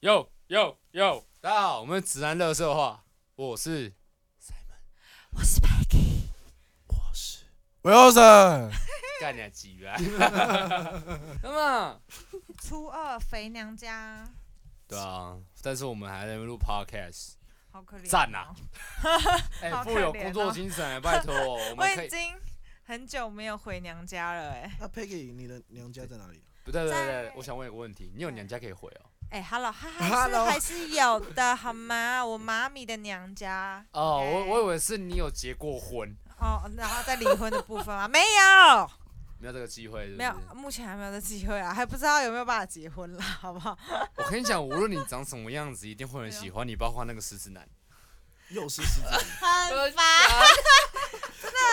哟哟哟！大家好，我们直男乐色话，我是我是 Peggy， Wilson， 干你几 元？那么初二回娘家，对啊，但是我们还在录 podcast，好可怜、赞 啊！哎、好可富有怜工哦作精神、啊 拜托，我我们可已以经很久没有回娘家了、哎那 Peggy，你的娘家在哪里？不对不对不对在，我想问一个问题，你有娘家可以回哦？哎，Hello，哈还是 Hello 还是有的，好 吗？我妈咪的娘家，哦，哎我我以为是你有结过婚，哦，然后再离婚的部 分啊，没有，没有这个机会是不是，没有，目前还没有这机会啊，还不知道有没有办法结婚啦，好不好？ 我跟你讲，无论你长什么样子，一定会有人喜欢你，包括那个狮子男。又是 狮子，很烦，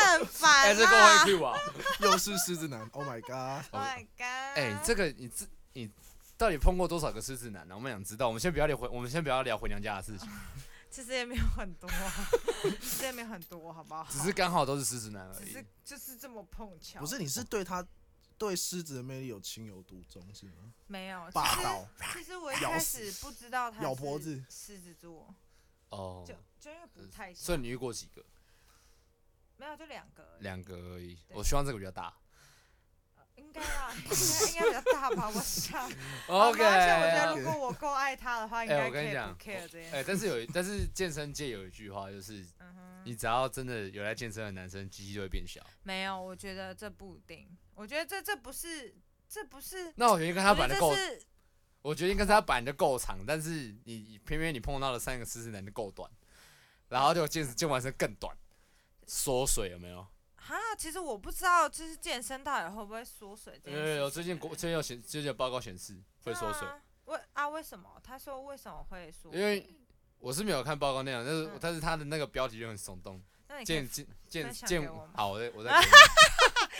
很哎、烦这够啊会 Q 啊！又是狮子男。Oh my god！ ！Oh my god！哎、这个你自你到底碰过多少个狮子男呢、我们想知道。我们先不要聊回，我们先不要聊回娘家的事情，其实也没有很多，啊 其实也没有很多，好不好？只是刚好都是狮子男而 只是已。就是这么碰巧，不是，你是对他对狮子的魅力有情有独钟是吗？没有其霸实道，其实我一咬开死始不知道他咬脖子狮子座，哦就，就因为不太所以像，你遇过几个？没有就两个而已，两个而已。对我希望这个比较大。应该啦，应该应该比较大吧，我想。好吧 OK。而且我觉得哎、如果我够爱他的话，应哎该我可跟以你讲哎不 care 这件事。但是有，但是健身界有一句话，就是嗯你哼，只要真的有在健身的男生，机器就会变小。没有，我觉得这不一定，我觉得这这不是这不是，那我决定跟他我觉板得的够这，是我决定跟他板的够长，但是你偏偏你碰到了三个狮子男就够短，然后就健健完身更短，缩水有没有？哈，其实我不知道，就是健身到底会不会缩水这件有有事情有，最近国最近有显最近有报告显示会缩水真的，吗为啊为什么？他说为什么会缩水？因为我是没有看报告内容，但是、啊嗯但是他的那个标题就很耸动，那你可以健健健分享健给我吗好，我再 我再给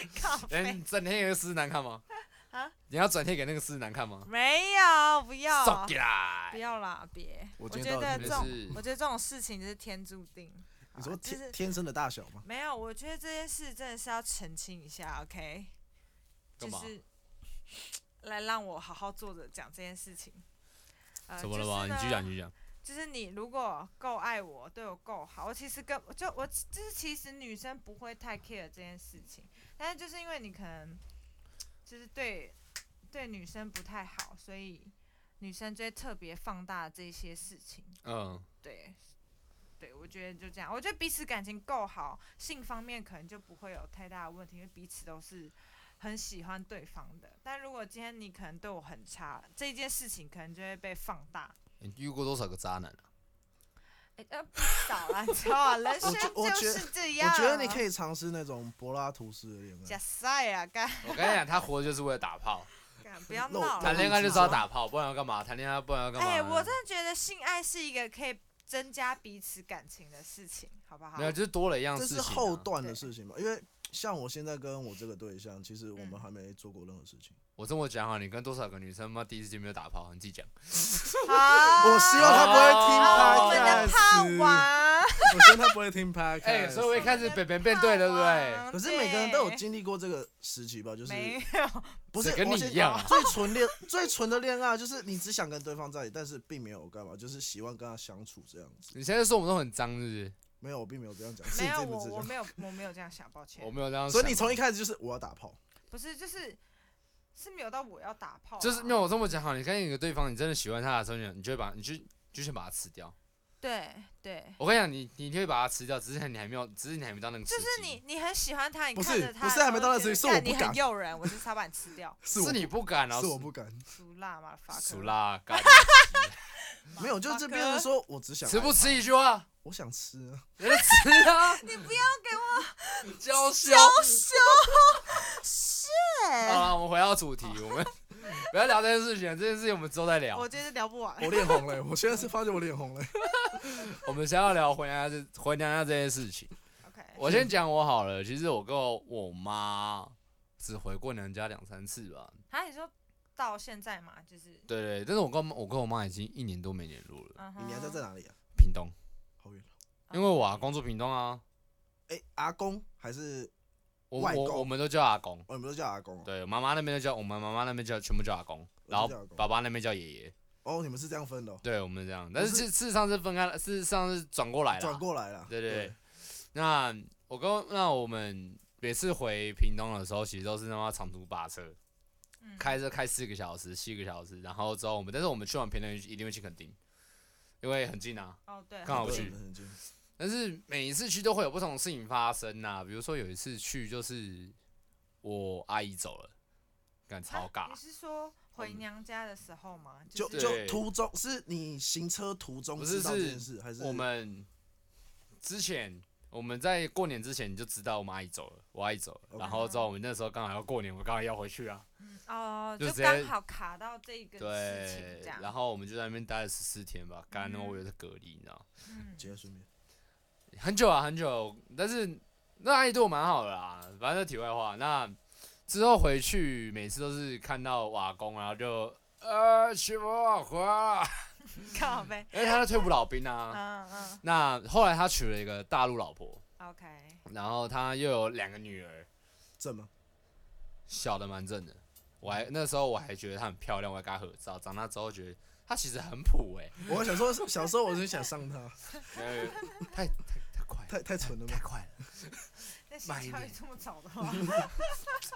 你，靠哎，背你转贴给那个狮子男看吗？ 啊你要转贴给那个狮子男看吗？没有，不要，送给不来，要啦，别。我今天觉得到底这是就种，是我觉得这种事情就是天注定。你说啊就天是天生的大小吗？没有，我觉得这件事真的是要澄清一下，OK？就干嘛是来让我好好坐着讲这件事情。呃、怎么了吗？吧？你继续讲，你继续讲。就是你如果够爱我，对我够好，我其实跟就我就是其实女生不会太 care 这件事情，但是就是因为你可能就是对对女生不太好，所以女生就会特别放大这些事情。嗯，对，对我觉得就这样，我觉得彼此感情够好，性方面可能就不会有太大的问题，因为彼此都是很喜欢对方的。但如果今天你可能对我很差，这件事情可能就会被放大。你遇过多少个渣男啊？哎、呃，不少 啦，你知道吗？人生我觉我就觉是这我样。觉得你可以尝试那种柏拉图式的恋假爱，赛啊，干我跟你讲，他活着就是为了打炮，干，不要那闹我谈了。恋爱就是要打炮，不然要干嘛？谈恋爱不然要干嘛？哎、我真的觉得性爱是一个可以增加彼此感情的事情，好不好没？有，就是多了一样这事情是啊。后段的事情嘛？因为像我现在跟我这个对象，其实我们嗯还没做过任何事情。我这么讲啊，你跟多少个女生妈第一次见面就打炮，你自己讲。好，啊我希望他不好好，我会们听的 podcast，胖娃。我希望他不 会听 podcast。哎、所以我一开始北北变对了，对不对？可是每个人都有经历过这个时期吧？就是没有，不是只跟你我先一样啊最纯恋、最纯的恋爱就是你只想跟对方在一起，但是并没有干嘛，就是喜欢跟他相处这样子。你现在说我们都很脏，是不是？没有，我并没有这样讲，是没你有自己我自己我讲。没有我没有这样想，抱歉我，没有这样想。所以你从一开始就是我要打炮，不是就是是没有到我要打炮啊，就是没有我这么讲好，你跟一个对方，你真的喜欢他的时候，你你就会把你就就先把它吃掉。对对，我跟你讲，你你就会把它吃掉，只是你还没有，只是你还没到那个刺就激。是你你很喜欢他，你不是看着他的不是时候还没到那就时候是干我不你很敢诱人，我就是要把你吃掉，我是你不敢啊，是我不敢，啊俗辣嘛，法克熟，啦， 干没有，就是变成说我只想吃不爱吃一句话，他，我想吃啊，人家吃啊，你不要给我娇羞。羞，是，好了，我们回到主题，我们 不要聊这件事情，这件事情我们之后再聊。我觉得聊不完，我脸红了，我现在是发现我脸红了。我们先要聊回娘家这回娘家这件事情。 OK，我先讲我好了，其实我跟我我妈只回过娘家两三次吧。啊，你说到现在嘛，就是，对对，但是我跟我跟我妈已经一年多没联络了。嗯你哼嗯娘家在哪里啊？屏东，好远哦。啊因为我阿公住屏东啊，哎，阿公还是我外公我我们都叫阿公，哦，你们都叫阿公哦？对，妈妈那边都叫我们妈妈那边叫全部叫阿公，我都叫然阿后公爸爸那边叫爷爷，哦，你们是这样分的哦、对，我们这样，但是不是事事实上是分开了，事实上是转过来了，转过来了。对对对，那我跟那我们每次回屏东的时候，其实都是他妈长途跋车，嗯开车开四个小时、七个小时，然后之后我们，但是我们去完屏东一定会去垦丁，因为很近啊。哦对，刚好对去你们很近但是每一次去都会有不同的事情发生呐、比如说有一次去就是我阿姨走了，感超啊尬你，是说回娘家的时候吗？就是对就途中是你行车途中不是知道这件是事，还是我们之前我们在过年之前就知道我们阿姨走了，我阿姨走了，然后之后我们那时候刚好要过年，我刚好要回去啊，嗯哦，就就直接刚好卡到这个事情对这，样。然后我们就在那边待了十四天吧，干嗯我有在隔离，你知道，嗯结束没？很久啊很久，但是那阿姨对我蛮好的啦，反正就题外话，那之后回去每次都是看到瓦工，然后就呃媳妇好回啊， 靠呗。因为他是退伍老兵嗯啊，嗯那后来他娶了一个大陆老婆， ，OK，然后他又有两个女儿，正吗？小的蛮正的，我还那时候我还觉得她很漂亮，我还跟她合照，长大之后觉得她其实很普哎、我想说，小时候我就想上他，没有太太太快了，太太蠢了嘛太，快了。那谁慢一教点你这么早的话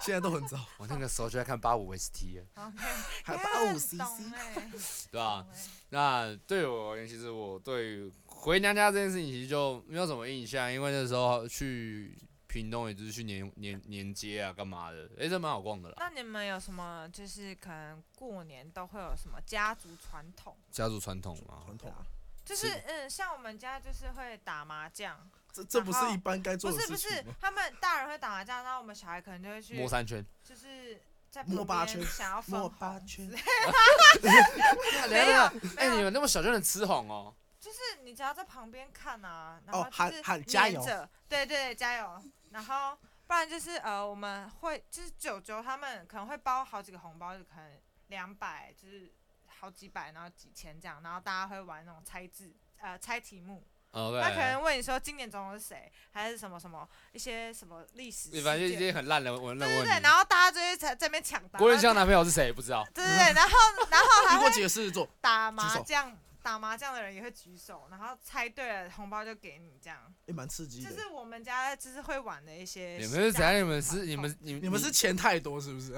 现在都很早，我那个时候就在看八五 ST 了，哦，OK，还看八五懂 CC，哎，对吧、懂哎那对我而言，其实我对回娘家这件事情其实就没有什么印象，因为那时候去屏东也就是去年年年街啊，干嘛的，诶，这蛮好逛的啦。那你们有什么就是可能过年都会有什么家族传统？家族传统嘛，传统啊，就是是嗯，像我们家就是会打麻将，这这不是一般该做不的是不事是情吗？，他们大人会打麻将，然后我们小孩可能就会去摸，三圈，就是在摸旁八边圈想要分摸八啊红圈之类没有，没哎、有你们那么小就能吃红哦，就是你只要在旁边看啊，然哦后喊就是喊加黏油着，对对对，加油。然后不然就是呃，我们会就是九九他们可能会包好几个红包，就可能两百，就是好几百，然后几千这样，然后大家会玩那种猜字。呃，猜题目，哦对他可能问你说今年总统是谁，还是什么什么一些什么历史事反正就已件，经很烂了，我那对对问对，你然。后大家就会在在那边抢答，郭然元后香就男朋友是谁不知道，对对对，然后然后还遇会过几个狮子座，打举麻手将，打麻将的人也会举手，然后猜对了红包就给你，这样。也蛮刺激这的。是我们家就是会玩的一些。你们是怎样？？你们是你们你你们是钱太多是不是？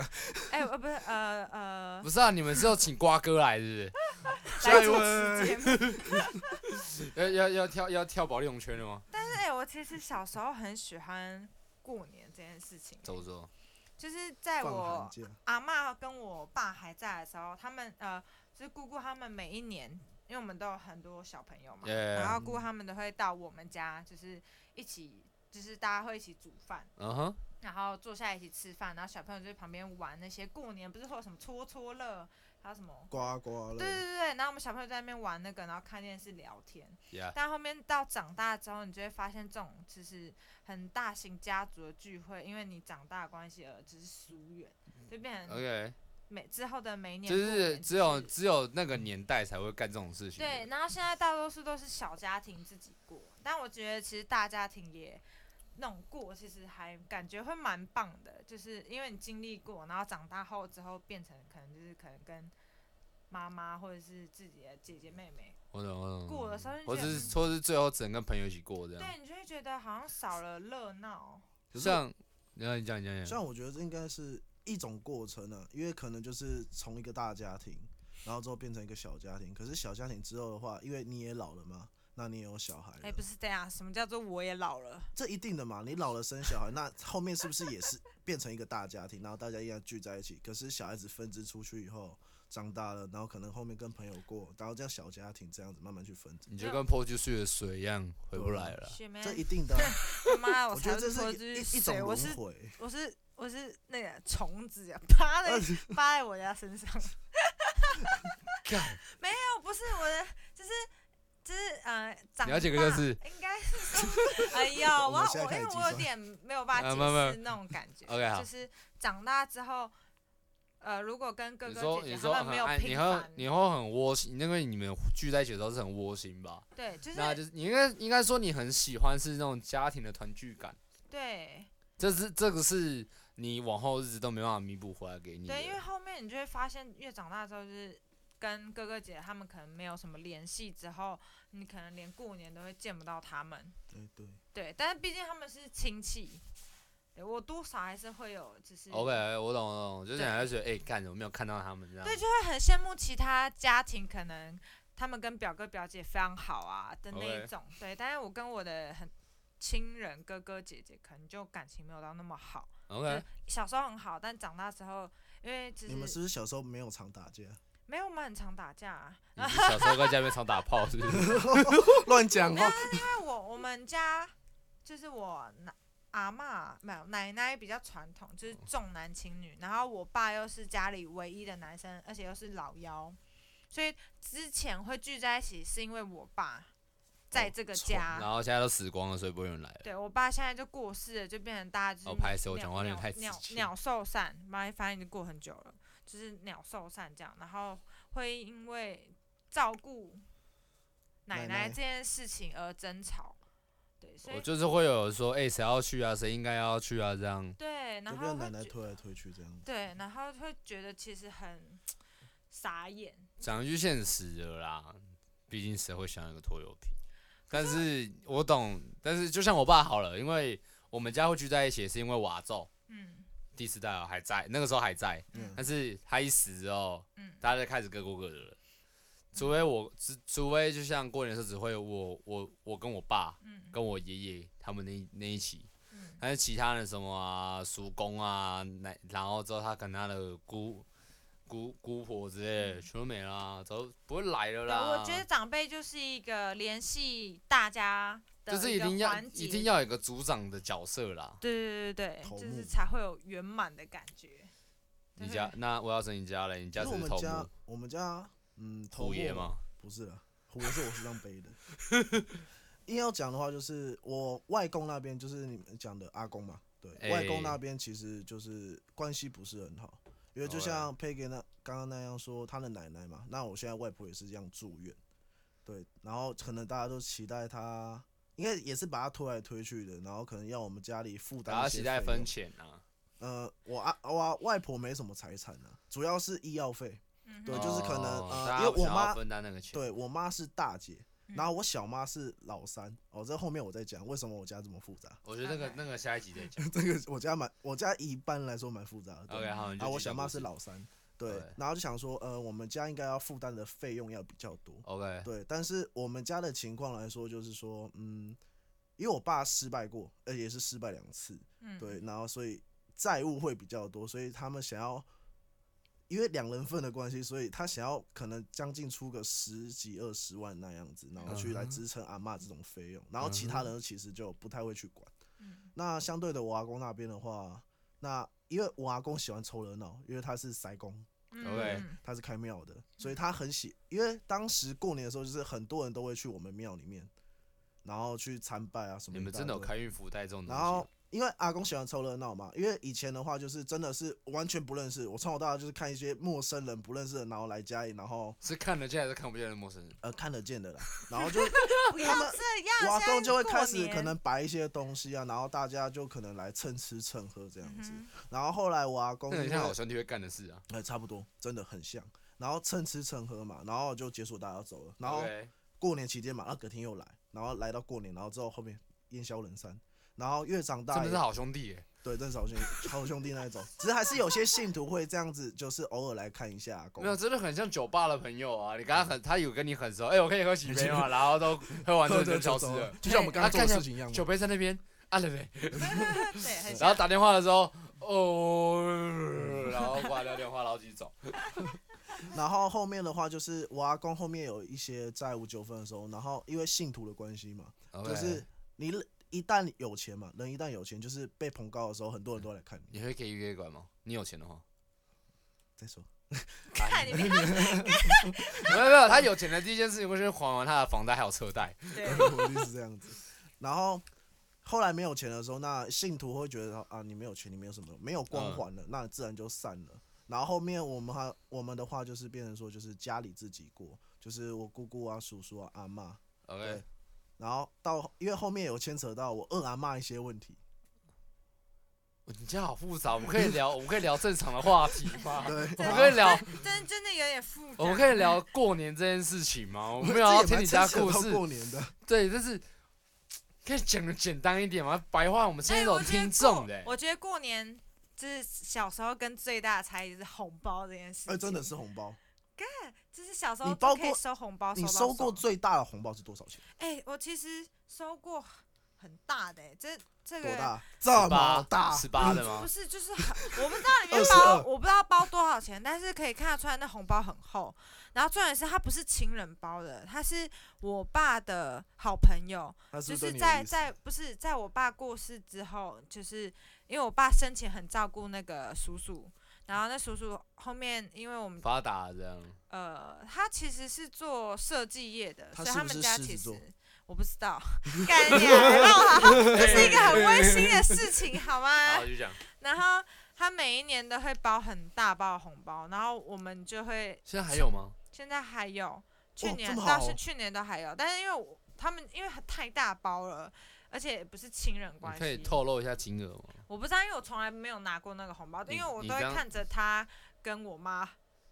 哎、呃，不是，呃呃不，是啊？你们是要请瓜哥来，是来下一主位持节 目。不是？要要要跳要跳保利龙圈了吗？但是哎、我其实小时候很喜欢过年这件事情，怎么说？就是在放寒我假，阿妈跟我爸还在的时候，他们呃，就是姑姑他们每一年，因为我们都有很多小朋友嘛 Yeah 然后姑姑他们都会到我们家，就是一起，就是大家会一起煮饭。嗯哼，然后坐下来一起吃饭，然后小朋友就在旁边玩那些过年不是会有什么戳戳乐，还有什么？刮刮对乐，对对，对然后我们小朋友在那边玩那个，然后看电视聊天。 Yeah 但后面到长大之后，你就会发现这种就是很大型家族的聚会，因为你长大的关系而只是疏远，就变嗯成 OK，每之后的每一年就过年是只有是只有那个年代才会干这种事情。对，，然后现在大多数都是小家庭自己过，但我觉得其实大家庭也那种过，其实还感觉会蛮棒的，就是因为你经历过，然后长大后之后变成可能就是可能跟妈妈或者是自己的姐姐妹妹我懂我懂。过的时候，或你觉得是或是最后只能跟朋友一起过这样。对你就啊会觉得好像少了热闹，可是我像，然后你讲你讲你虽讲，然我觉得这应该是一种过程呢、因为可能就是从一个大家庭，然后之后变成一个小家庭。可是小家庭之后的话，因为你也老了嘛，那你也有小孩了，哎、不是这样，什么叫做我也老了？这一定的嘛。你老了生小孩，那后面是不是也是变成一个大家庭，然后大家一样聚在一起？可是小孩子分支出去以后，长大了，然后可能后面跟朋友过，然后这样小家庭这样子慢慢去分支，你就跟泼出去的水一样回不来了。学妹，这一定的啊、他妈，我才觉得会这说是就一是一一种水我轮 是回。我是我是那个虫子啊， 趴在趴在我家身上。 干没有，不是我的，就是就是呃，长了解个就大是应该是说， 哎呦，我我们现在我开因始为计我算有点没有办法啊慢慢解释那种感觉 OK，好就是长大之后，呃，如果跟哥你哥说姐你姐说他们很没有爱，你频会繁，你会很窝心，因为你们聚在一起的时候是很窝心吧？对，就是那就是你应该应该说你很喜欢是那种家庭的团聚感，对这是这个是你往后日子都没办法弥补回来给你的。对，因为后面你就会发现，越长大之后就是跟哥哥姐姐他们可能没有什么联系之后，你可能连过年都会见不到他们。对对，对，但是毕竟他们是亲戚，对我多少还是会有，只是 OK，我懂我懂，就是你还是觉得哎，干、怎么没有看到他们这样？对，就会很羡慕其他家庭，可能他们跟表哥表姐非常好啊的那一 OK 种。对，但是我跟我的很亲人哥哥姐姐，可能就感情没有到那么好。 OK，小时候很好，但长大之后，因为只你们是是不是小时候没有常打架？没有我们很常打架、啊，你是小时候在家里面常打炮是不是？乱讲没有，话，是因为我我们家就是我奶阿嬷没有奶奶比较传统，就是重男轻女，然后我爸又是家里唯一的男生，而且又是老幺，所以之前会聚在一起是因为我爸在这个家。然后现在都死光了，所以不会有人来了。对我爸现在就过世了，就变成大家就是哦拍谁我鸟讲话有点鸟太直鸟接鸟兽散，妈，反正已经过很久了，就是鸟兽散这样，然后会因为照顾奶奶奶奶这件事情而争吵，对，所我以就是会有说，哎、谁要去啊？谁应该要去啊？这样。对，就然被后奶会奶觉推来推去这样。对，然后会觉得其实很傻眼，讲一句现实的啦，毕竟谁会喜欢一个拖油瓶？但 是我懂，但是就像我爸好了，因为我们家会聚在一起，是因为瓦咒嗯第四代啊还在，那个时候还在，嗯但是他一死之后，嗯，大家就开始各过各的了。除非我，除除非就像过年的时候，只会我我我跟我爸嗯跟我爷爷他们那一那一起， 嗯但是其他的什么啊，叔公啊，奶，然后之后他跟他的姑姑姑婆之类的，嗯全都没了啊、都不会来了对，啦。我觉得长辈就是一个联系大家的就是一一个定要环一节定要有一个组长的角色啦。对对对对，头就是目才会有圆满的感觉。你家那我要整你家嘞，你家因只为我是头们家目我们家嗯，头虎爷目吗？不是啦，虎爷是我身上背的。硬要讲的话，就是我外公那边，就是你们讲的阿公嘛，对，哎外公那边其实就是关系不是很好，因为就像 Peggy 那刚刚那样说，她的奶奶嘛，那我现在外婆也是这样住院，对，然后可能大家都期待她，应该也是把她推来推去的，然后可能要我们家里负担大家一些期待费分用钱啊。呃，我啊，我啊外婆没什么财产啊，主要是医药费。嗯哼对就是可能哦呃大家因为不我想妈要分担那个钱。对我妈是大姐，嗯然后我小妈是老三。哦，这后面我再讲为什么我家这么复杂。 我觉得那个 OK 那个下一集再讲。这个我家蛮，我家一般来说蛮复杂的。对 OK，好，你就啊，继我续小讲妈故是事。老三，对对，然后就想说，呃，我们家应该要负担的费用要比较多。 OK，对，但是我们家的情况来说，就是说，嗯，因为我爸失败过，而且是失败两次，嗯对，然后所以债务会比较多，所以他们想要，因为两人份的关系，所以他想要可能将近出个十几二十万那样子，然后去嗯来哼嗯支撑阿嬷这种费用，然后其他人其实就不太会去管。嗯那相对的，我阿公那边的话，那因为我阿公喜欢凑热闹，因为他是塞工，嗯 OK 嗯他是开庙的，所以他很喜，因为当时过年的时候，就是很多人都会去我们庙里面，然后去参拜啊什么。你们真的有？开运福袋这嗯种东然西啊后？因为阿公喜欢凑热闹嘛，因为以前的话就是真的是完全不认识，我从小到大就是看一些陌生人不认识的，然后来家里，然后是看得见还是看不见的陌生人？呃看得 见的啦，然后就不他要们这样，我阿公就会现在是过开始年可能摆一些东西啊，然后大家就可能来蹭吃蹭喝这样子。嗯哼然后后来我阿公那很因像为好兄弟会干的事啊。哎，差不多，真的很像。然后蹭吃蹭喝嘛，然后就解锁大家走了。然后 OK，过年期间嘛，然啊后隔天又来，然后来到过年，然后之后后面烟消人散。然后越长大真的也，是好兄弟耶。对，认识好兄弟好兄弟那一种。只是还是有些信徒会这样子，就是偶尔来看一下阿公没。有，真的很像酒吧的朋友啊！你跟他很，他有跟你很熟，哎、我可以喝 几杯嘛，然后都喝完之后就消失了。哎就像我们刚刚做的事情一样嘛。酒杯在那边，啊对对，嗯对，很然后像打电话的时候，哦，然后挂掉电话，然后自己走。然后后面的话就是我阿公后面有一些债务纠纷的时候，然后因为信徒的关系嘛，就是你一旦有钱嘛，人一旦有钱，就是被捧高的时候，很多人都来看你。你会给预约管吗？你有钱的话，再说。看你们没有没有，他有钱的第一件事情会先还完他的房贷还有车贷。对，我 就是这样子。然后后来没有钱的时候，那信徒会觉得啊，你没有钱，你没有什么，没有光嗯环了，那自然就散了。然后后面我们还我们的话就是变成说，就是家里自己过，就是我姑姑啊、叔叔啊、阿嬷。 OK，对 然后到因为后面有牵扯到我二阿嬷一些问题，你家好复杂，我们可以聊，我们可以聊正常的话题吗？对，我们可以聊，真真的有点复杂。 我们可以聊过年这件事情 吗？我我没有要听你家过故事，过年 的，对，但是可以讲的简单一点吗？白话我们现在哎有我觉得听过众的、欸我觉得过年就是小时候跟最大的差异是红包这件事情。哎，真的是红包。就是小时候你包可以过收红包，你到收过爽最大的红包是多少钱？哎、我其实收过很大的、欸，这这多个大？这么八大？十八的不吗？是就是很，我不知道里面包22我不知道包多少钱，但是可以看得出来那红包很厚。然后重点是它不是情人包的，它是我爸的好朋友， 那就不对是你有在意思在不是在我爸过世之后，就是因为我爸生前很照顾那个叔叔，然后那叔叔后面因为我们 发达这样，呃，他其实是做设计业的，他所以是他不们是家狮其子座实我不知道， 干你娘让我 好好，这是一个很温馨的事情，然好吗后？就讲，然后他每一年都会包很大包的红包，然后我们就会现在还有吗？现在还有，去哦年、这么倒好是哦去年都还有，但是因为我他们因为太大包了，而且也不是亲人关你系，可以透露一下金额吗？我不知道，因为我从来没有拿过那个红包，你因为我你都会刚看着他跟我妈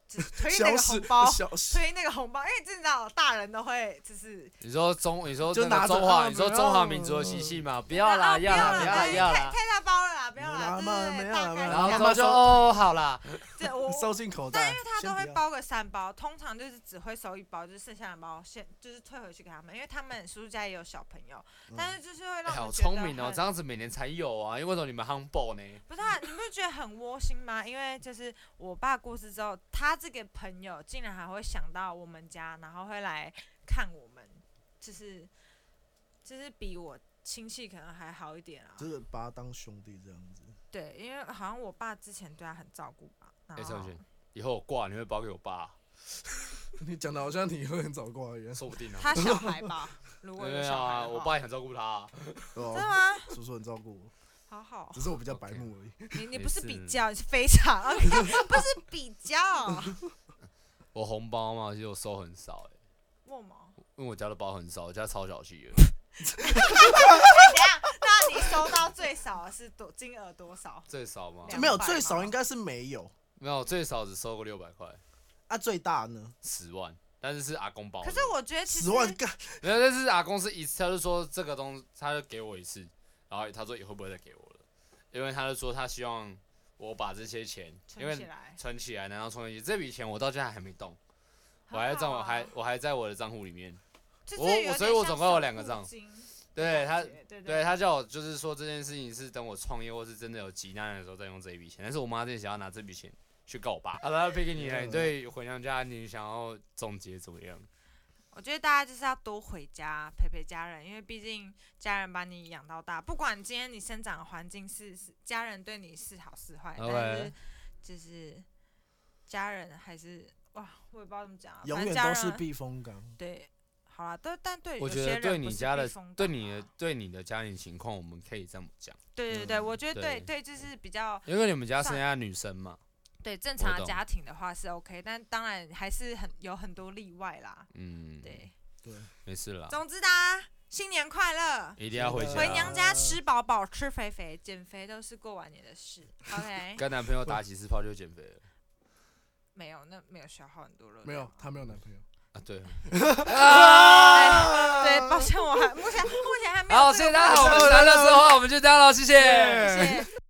只推那消个失红 包。消失。推那个红包，因为你知道大人都会就是你说中，你说就那个拿着中华，啊你说不中华要民族的习气嘛？不不要啦，哦啊不要要啦，不要啦，对要太啦。太大包了啦，不要啦，没对有啦对没对，有啦大没概有啦然后两之包后这就就哦，好啦，样对我收进口但袋，因为他先都不会要包个三包，通常就是只会收一包，就是剩下的包现就是退回去给他们，因为他们叔叔家也有小朋友，嗯但是就是会哎让好我觉得聪明哦，很这样子每年才有啊，因为为什么你们 humble 呢？不是、啊，你不觉得很窝心吗？因为就是我爸过世之后，他这个朋友竟然还会想到我们家，然后会来看我们，就是就是比我亲戚可能还好一点啊。就是把他当兄弟这样子。对，因为好像我爸之前对他很照顾吧。然哎，后少轩，以后我挂你会包给我爸， 你讲的好像你会很早挂一样，说不定啊。他小 孩吧，如果有对小孩啊，的话我爸也很照顾他啊。对真的吧？吗？叔叔很照顾我，好好，哦只是我比较 OK 白目而已。你你没不是事比较，你是非常哦 OK，不是比 较。我红包嘛，其实我收很少哎，问吗？因为我家的包很少，我家超小 气的。怎样？那你收到最少的是多金额多少？最少吗？两没有百最嘛少应该是没有没有，最少只收过六百块，啊，最大呢十万，但是是阿公包的。可是我觉得其实十万干，没有，但是阿公是一次，他就说这个东，他就给我一次，然后他说以后不会再给我了，因为他就说他希望我把这些钱，因存起为来，存起来，然后存起这笔钱我到现在还没动，我很还在好我啊还我还在我的账户里面。就是我有我点所以我像总共有守两个护账金对的他感，觉对对他叫我就是说这件事情是等我创业或是真的有急难的时候再用这一笔钱，但是我妈真的想要拿这笔钱去告我爸。啊好了，Picky 你来，你对回娘家你想要总结怎么样？我觉得大家就是要多回家陪陪家人，因为毕竟家人把你养到大，不管今天你生长的环境是是家人对你是好是坏 OK 但是就是家人还是哇，我也不知道怎么讲、啊，永反正远家都是人避风港。对。好啦，但但对我有觉些得人对不你是家避的风对港你的啊对你的家庭情况，我们可以这么讲。对对对，嗯我觉得对对对，就是比较因为你们家算剩下女生嘛，对正我常的懂家庭的话是 OK，但当然还是很有很多例外啦。嗯，，对，对，没事啦，总之大家新年快乐，一定要回家，对啊回娘家吃饱饱，吃肥肥，减肥都是过完年的 事。OK，跟男朋友打几次炮就减肥了没有，那没有消耗很多热量，没有，她没有男朋友。啊？ 对，啊对，抱歉，我还目前目前还没有好，这谢谢个大家，问我们题聊到这的话，我们就这样了，谢谢。谢谢